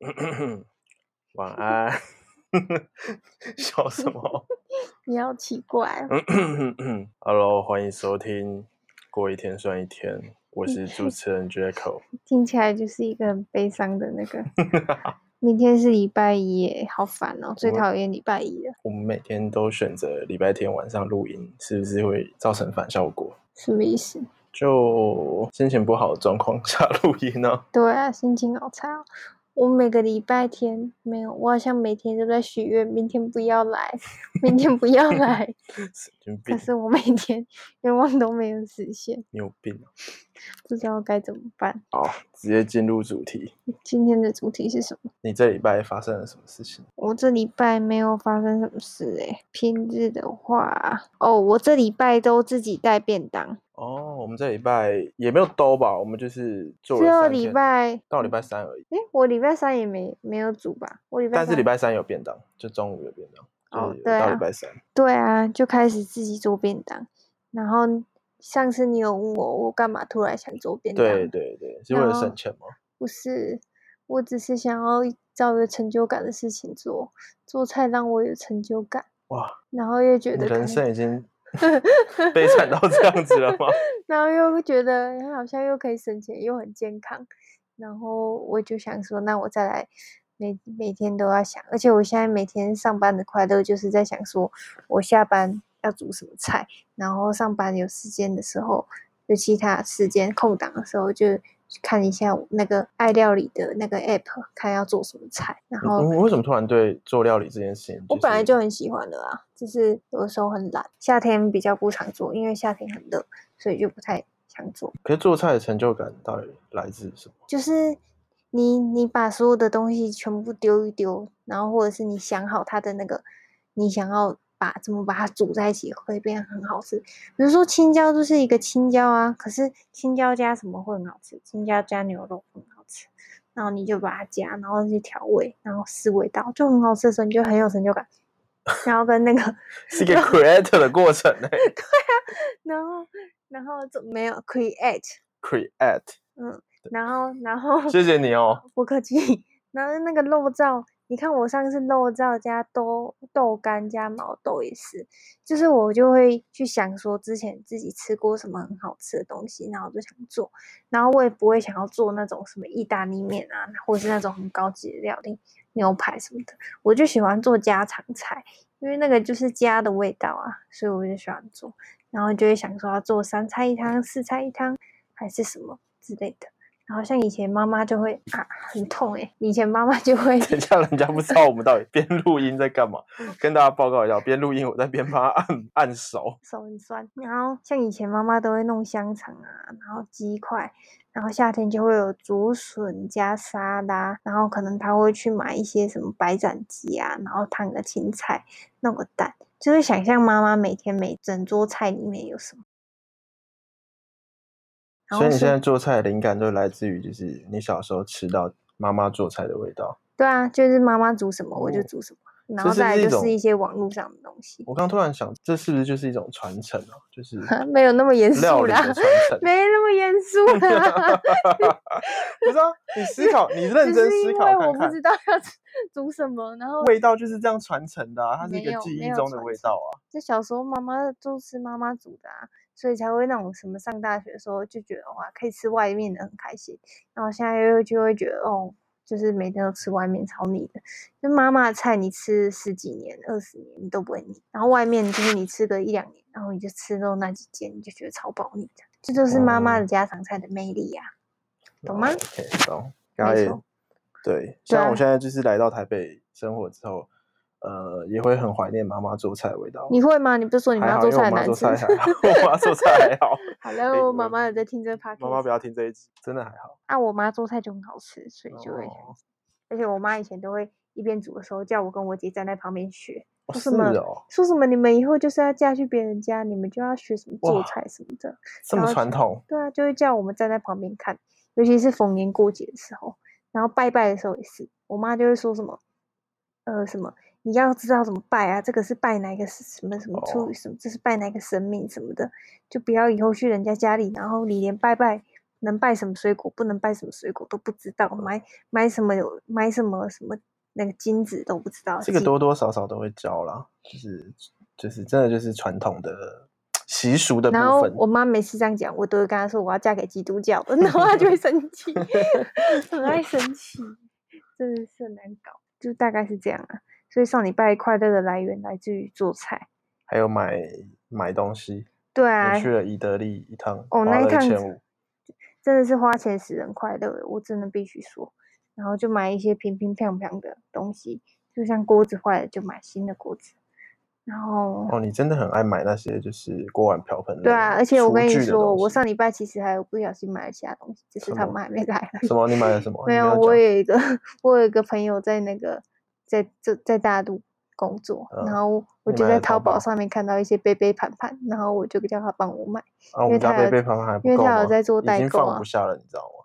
晚安。 笑什 么你好奇怪哦， ？Hello，欢迎收听《过一天算一天》，我是主持人 Jacko。听起来就是一个很悲伤的那个。明天是礼拜一耶，好烦哦！最我讨厌礼拜一了，我们每天都选择礼拜天晚上录音，是不是会造成反效果？什么意思？就心情不好的状况下录音哦呢、对啊，心情好差哦。我每个礼拜天没有，我好像每天都在许愿，明天不要来，明天不要来。神经病可，是我每天愿望都没有实现，你有病啊！不知道该怎么办。好，直接进入主题。今天的主题是什么？你这礼拜发生了什么事情？我这礼拜没有发生什么事诶、平日的话，哦，我这礼拜都自己带便当，哦，我们这礼拜也没有兜吧，我们就是做只了有三礼天拜，到礼拜三而已。诶、我礼拜三也没没有煮吧？我礼拜但三是礼拜三有便当，就中午有便当。哦就是对到啊礼拜三，对啊，就开始自己做便当。然后上次你有问我，我干嘛突然想做便当？对对对，是为了然后省钱吗？不是，我只是想要找有成就感的事情做，做菜让我有成就感，哇，然后又觉你得人看生已 经悲惨到这样子了吗？然后又会觉得哎好像又可以省钱，又很健康，然后我就想说，那我再来每每天都要想，而且我现在每天上班的快乐就是在想说，我下班要煮什么菜，然后上班有时间的时候，有其他时间空档的时候就。看一下我那个爱料理的那个 app，看要做什么菜，然你后你为什么突然对做料理这件事情、哦我本来是就很喜欢的啊，只是有的时候很懒，夏天比较不常做，因为夏天很热，所以就不太想做。可是做菜的成就感到底来自什么？就是你你把所有的东西全部丢一丢，然后或者是你想好它的那个，你想要把怎么把它煮在一起会变很好吃。比如说青椒就是一个青椒啊，可是青椒加什么会很好吃？青椒加牛肉会很好吃。然后你就把它加，然后去调味，然后试味道，就很好吃的时候，你就很有成就感。然后跟那个， 是一个 creator 的过程呢、然后然后就没有 create， c r e a t 然后然后 e 谢谢你哦。不客气。 然后那个肉燥，你看我上次肉燥加豆豆干加毛豆也是，就是我就会去想说之前自己吃过什么很好吃的东西，然后我就想做，然后我也不会想要做那种什么意大利面啊，或是那种很高级的料理，牛排什么的，我就喜欢做家常菜，因为那个就是家的味道啊，所以我就喜欢做，然后就会想说要做三菜一汤、四菜一汤还是什么之类的。然后像以前妈妈就会啊很痛诶、以前妈妈就会等一下，人家不知道我们到底边录音在干嘛，跟大家报告一下，边录音我在边帮他按按手。手很酸。然后像以前妈妈都会弄香肠啊，然后鸡块，然后夏天就会有竹笋加沙拉，然后可能她会去买一些什么白斩鸡啊，然后烫个青菜，弄个蛋，就是想象妈妈每天每整桌菜里面有什么。所然以后你现是在做菜的灵感都来自于就是你小时候吃到妈妈做菜的味道。对啊，就是妈妈煮什么我就哦煮什么，然这后是再一来就种是一些网络上的东西， 我刚突然想，这是不是就是一种传承啊？就是没有那么严料肃理啦的传，承。 没那么严肃啦。 不是啊，你思考，你认只真是思因考为看我不看知，道要 煮煮什么，然后味道就是这样传承的啊，它是一没个有记没忆有中的传味承道啊。就小时候妈妈都吃妈妈煮的啊，所以才会那种什么上大学的时候就觉得哇可以吃外面的很开心，然后现在又就会觉得哦，就是每天都吃外面超腻的，就妈妈的菜你吃十几年二十年你都不会腻，然后外面就是你吃个一两年，然后你就吃到那几间你就觉得超饱腻的，这就是妈妈的嗯家常菜的魅力啊呀、懂吗哦？OK，懂。然后没也错对，像我啊现在就是来到台北生活之后，呃，也会很怀念妈妈做菜的味道。你会吗？你不是说你还妈好做因为我菜很妈难做吃？菜啊还好，我妈做菜还好。 好哎了，我妈妈有在 听这 p o d 妈妈不要听这一集，真的还好。啊，我妈做菜就很好吃，所以就会想哦吃。而且我妈以前都会一边煮的时候叫我跟我姐站在旁边学，哦说是什么哦，说什么你们以后就是要嫁去别人家，你们就要学什么做哇菜什么的。这然么后传统。对啊，就会叫我们站在旁边看，尤其是逢年过节的时候，然后拜拜的时候也是，我妈就会说什么，呃，什么你要知道怎么拜啊，这个是拜哪一个是什么什么出哦于什么，这是拜哪一个神明什么的，就不要以后去人家家里，然后你连拜拜能拜什么水果，不能拜什么水果都不知道，买买什么有买什么什么那个金子都不知道。这个几多多少少都会教啦，就是就是真的就是传统的习俗的部然后分。我妈每次这样讲，我都会跟她说我要嫁给基督教 的，然后她就会生气，很爱生气，真的是很难搞。就大概是这样啊。所以上礼拜快乐的来源来自于做菜，还有买买东西，对啊你，去了宜得利一趟，哦花那一了趟千五，真的是花钱使人快乐欸，我真的必须说。然后就买一些平平平平的东西，就像锅子坏了就买新的锅子，然后哦，你真的很爱买那些就是锅碗瓢盆类的。对啊，而且我跟你厨具的东说，我西上礼拜其实还有不小心买了其他东西，只是什他么们还没来而已。什么哦你买了什么？没你有，要啊我讲啊有一个我有一个朋友在那个在这在大陆工作，嗯然后我你就买在了淘淘宝宝上面看到一些杯杯盘盘，然后我就叫他帮我买，啊，我因为们家他杯有杯盘盘还不因为够他有吗？在做已代经购放啊不，下了，你知道吗？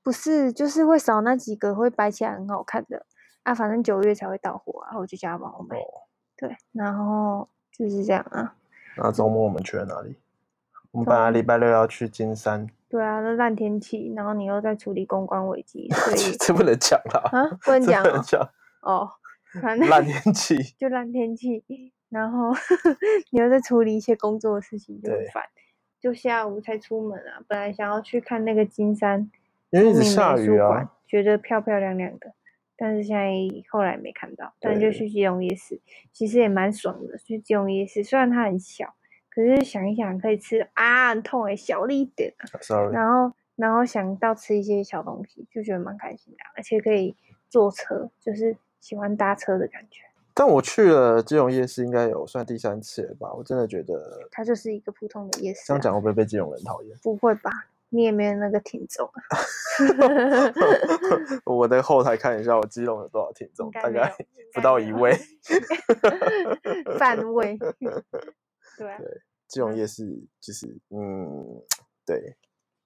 不是就是会少那几个会摆起来很好看的啊，反正九月才会到货啊，我就叫他帮我买，哦，对，然后就是这样啊，那周末我们去了哪里？我们周本来末礼拜六要去金山，对啊，那烂天气，然后你又在处理公关危机，所以 这不能讲啦，啊不能这讲不能哦，讲，哦反正烂天气。就烂天气，然后 你又在处理一些工作的事情，就很对烦。就下午才出门啊，本来想要去看那个金山因为一直公民下美雨术馆，啊，觉得漂漂亮亮的，但是现在后来没看到，但就对去基隆夜市，其实也蛮爽的。去基隆夜市，虽然它很小，可是想一想可以吃啊，很痛哎、小力一点啊。 ，sorry，然后然后想到吃一些小东西，就觉得蛮开心的啊、而且可以坐车，就是喜欢搭车的感觉。但我去了基隆夜市，应该有算第三次了吧？我真的觉得它就是一个普通的夜市、这样啊。讲会不会被基隆人讨 厌？ 不会吧？你也没有那个挺重啊， 我在后台看一下，我基隆有多少听应众，该大没 有概应不该到没一有位。半位。 对啊，基隆嗯夜市就是，嗯，对，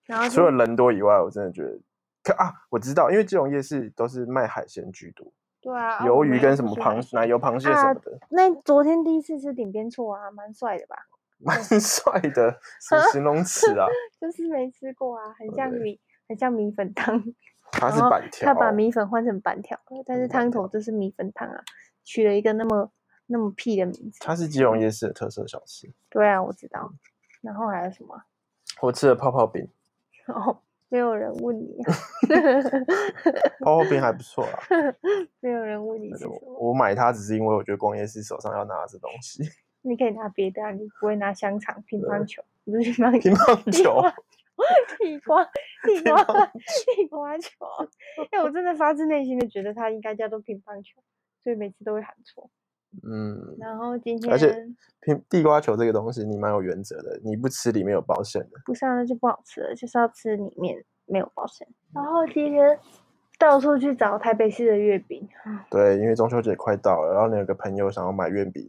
然后除了就人多以外，我真的觉得，可啊，我知道，因为基隆夜市都是卖海鲜居多，对啊，啊鱿我鱼们又跟不什么吃海螃鲜奶油螃蟹什啊么的，那昨天第一次吃顶边错啊，蛮帅的吧？蛮 帅 的，什么形容词啊？就是没吃过啊，很像哦对米，很像米粉汤。它是然后板条，哦他把米粉换成板条了，但嗯是板汤条头就是米粉汤啊，取了一个那么那么屁的名字。它是基隆夜市的特色小吃。对啊，我知道。然后还有什么啊？我吃了泡泡饼，哦，没有人 问你、啊，泡泡饼还不错啦。啊没有人问你那是什就么，我买它只是因为我觉得逛夜市手上要拿着东西， 你可以拿别的、啊，你不会拿香肠、乒乓球，不是乒乓呃 乒乓球，球，地瓜、地乒瓜、乓地瓜球。哎、我真的发自内心的觉得它应该叫做乒乓球，所以每次都会喊错。嗯，然后今而且天乒地瓜球这个东西你蛮有原则的，你不吃里面有保险的。不上那就不好吃了，就是要吃里面没有包馅。然后今天到处去找台北市的月饼，对，因为中秋节快到了，然后你有个朋友想要买月饼，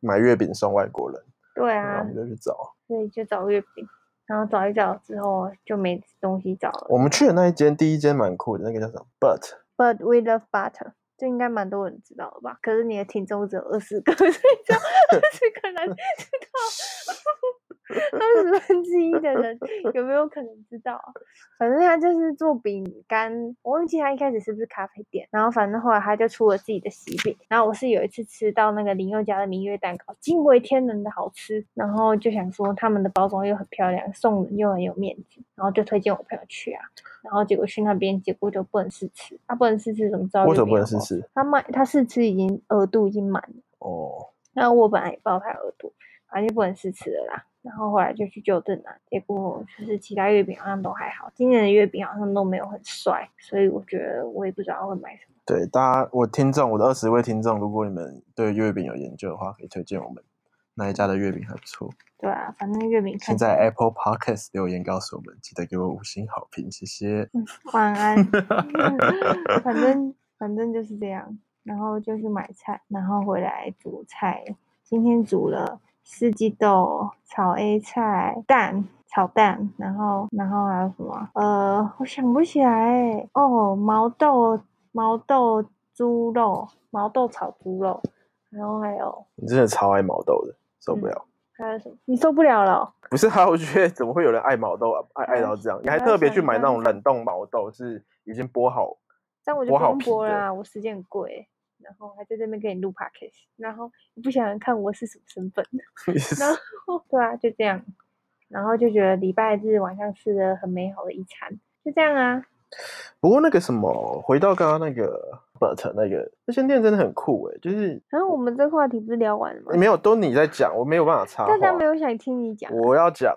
买月饼送外国人，对嗯然后我啊们，就去找。所以就找月饼。然后找一找之后就没东西找了，我们去的那一间，第一间蛮酷的，那个叫什么？But But we love butter，这应该蛮多人知道了吧？可是你的听众只有二十个，所以 只有二十个人知道，二十分之一的人有没有可能知道啊？反正他就是做饼干，我忘记他一开始是不是咖啡店，然后反正后来他就出了自己的喜饼。然后我是有一次吃到那个林宥嘉的明月蛋糕，惊为天人的好吃，然后就想说他们的包装又很漂亮，送人又很有面子，然后就推荐我朋友去啊。然后结果去那边，结果就不能试吃，他、不能试吃怎么知道为月什么饼不能有试没有？吃？他卖他试吃已经额度已经满了，哦，那我本来也不知道他有额度，反正就不能试吃了啦。然后后来就去纠正啦，结果就是其他月饼好像都还好，今年的月饼好像都没有很帅，所以我觉得我也不知道会买什么。对，大家我听众，我的二十位听众，如果你们对月饼有研究的话，可以推荐我们那一家的月饼还不错。对啊，反正月饼看请起在来 Apple Podcast 留言告诉我们，记得给我五星好评，谢谢。晚安。反正反正就是这样，然后就去买菜，然后回来煮菜。今天煮了四季豆、炒 A 菜、蛋、炒蛋，然后然后还有什么？呃，我想不起来欸哦，毛豆、毛豆猪肉、毛豆炒猪肉，然后还有你真的超爱毛豆的，受不嗯了。还有什么？你受不了了哦、不是啊，我觉得怎么会有人爱毛豆啊？爱爱到这样？你还特别去买那种嗯想象冷冻毛豆，是已经剥 好。这样我就剥不好用皮播的啦、我时间很贵，然后还在这边给你录 podcast，然后你不想看我是什么身份，然后对啊，就这样，然后就觉得礼拜日晚上吃了很美好的一餐，就这样啊，不过那个什么，回到刚刚那个 but 那个那间店真的很酷诶、就是然后我们这个话题不是聊完了吗？没有都你在讲，我没有办法插话。大家没有想听你讲啊，我要讲，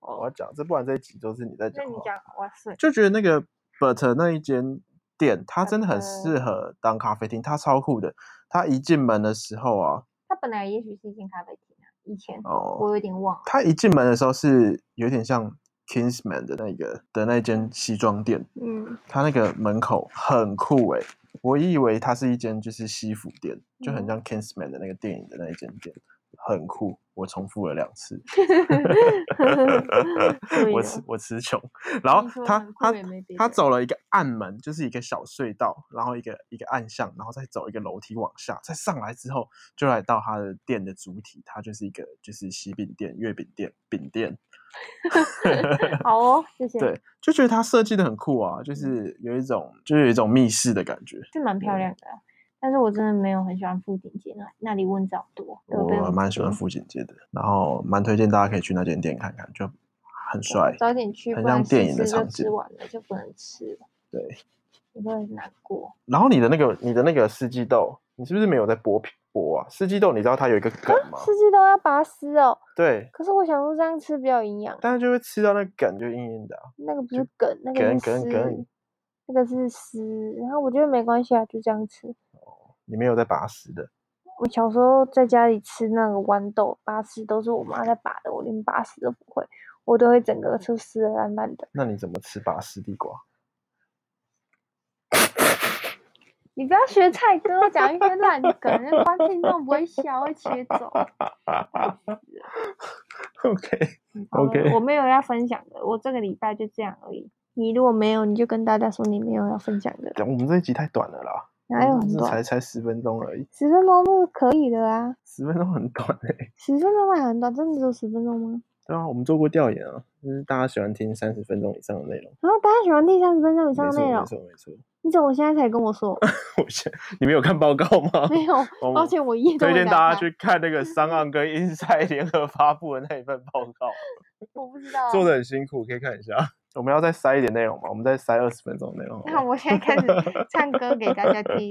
我哦要，讲，这不然这一集都是你在那讲你话。讲，哇塞，就觉得那个 but 那一间店，它真的很适 Butter 合当咖啡厅，它超酷的。它一进门的时候啊，它本来也许是一间咖啡厅啊，以前哦，我有点忘了，它一进门的时候是有点像 Kingsman 的那个的那间西装店，嗯，它那个门口很酷诶、我以为它是一间就是西服店，就很嗯像 Kingsman 的那个电影的那一间店，很酷。我重复了两 次，对 我的词我词 穷。然后你哦说他很酷他也没别他的走了一个暗门，就是一个小隧道，然后一个一个暗巷，然后再走一个楼梯往下，再上来之后就来到他的店的主体，它就是一个就是西饼店、月饼店、饼店，好哦，谢谢，对，就觉得它设计的很酷啊，就嗯是有一种就是有一种密室的感觉。是蛮漂嗯亮的啊，但是我真的没有很喜欢富锦街那那里蚊子好多，对被我还蚊蛮子喜欢叮富锦街的，然后蛮推荐大家可以去那间店看看，就很对帅。早点去，很不然像电试影的吃就场吃景完了就不能吃了，对，你会很难过。然后你的那个你的那个四季豆，你是不是没有在剥皮剥啊？四季豆你知道它有一个梗 吗？四季豆要拔丝哦，对，可是我想说这样吃比较有营养啊，但是就会吃到那个梗就硬硬的啊、那个不就是梗，那梗个是梗梗丝，那个是丝，然后我觉得没关系啊，就这样吃。你没有在拔丝的。我小时候在家里吃那个豌豆拔丝，都是我妈在拔的，我连拔丝都不会，我都会整个就撕的烂烂的。那你怎么吃拔丝地瓜？你不要学蔡哥讲一些烂梗，那观听众不会笑，会切走。 OK 好了 OK，我没有要分享的，我这个礼拜就这样而已。你如果没有，你就跟大家说你没有要分享的，我们这一集太短了啦，哪有我们很这才短？才十分钟而已，十分钟是可以的啊，十分钟很短哎、十分钟还很短，真的只有十分钟吗？对啊，我们做过调研啊，就是大家喜欢听三十分钟以上的内容。啊，大家喜欢第三十分钟以上没的错内没容，错没错， 你怎么现在才跟我说？我现你没有看报告吗？没有， 我抱歉，我一夜都推没荐打大家开去，看那个商岸跟英赛联合发布的那一份报 告，我不知道啊。做的很辛苦，可以看一下。我们要再塞一点内容嘛？我们再塞二十分钟内容好那吗。我现在开始唱歌给大家听，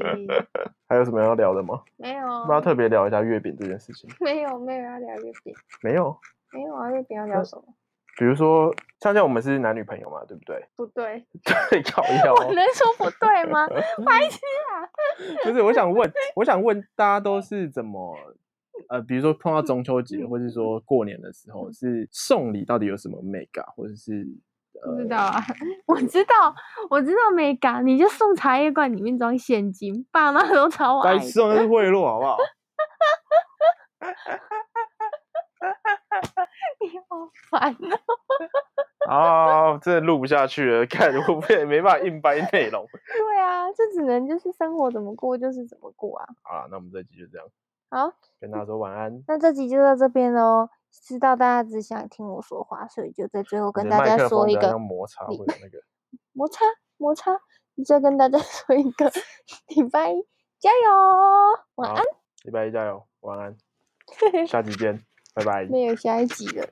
还有什么要聊的吗？没 有，我们要特别聊一下月饼这件事情。没有，没有要聊月饼，没有，没有啊，月饼要嗯聊什么？比如说，像像我们是男女朋友嘛，对不对？ 不对，对，搞笑我哦。能说不对 吗？白痴啊！不是，我想问，我想问大家都是怎么，呃，比如说碰到中秋节，嗯或是说过年的时候，是送礼到底有什么 make 啊，或者是呃不知道啊， 我知道，我知道没搞，你就送茶叶罐里面装现金，爸妈都超爱白的。痴哦，那是贿赂，好不好？ 你好烦啊！啊，这录不下去了，看我们也没办法硬掰内容。 对啊，这只能就是生活怎么过就是怎么过啊。好了，那我们这集就这样，好，跟大家说晚安。那这集就到这边喽。知道大家只想听我说话，所以就在最后你跟的大麦家克说风一等下个要摩擦会礼有那个。摩擦摩擦，再跟大家 说一个礼拜一加油，晚好安。， 礼拜一加油，晚安，下集见，拜拜。没有下一集了。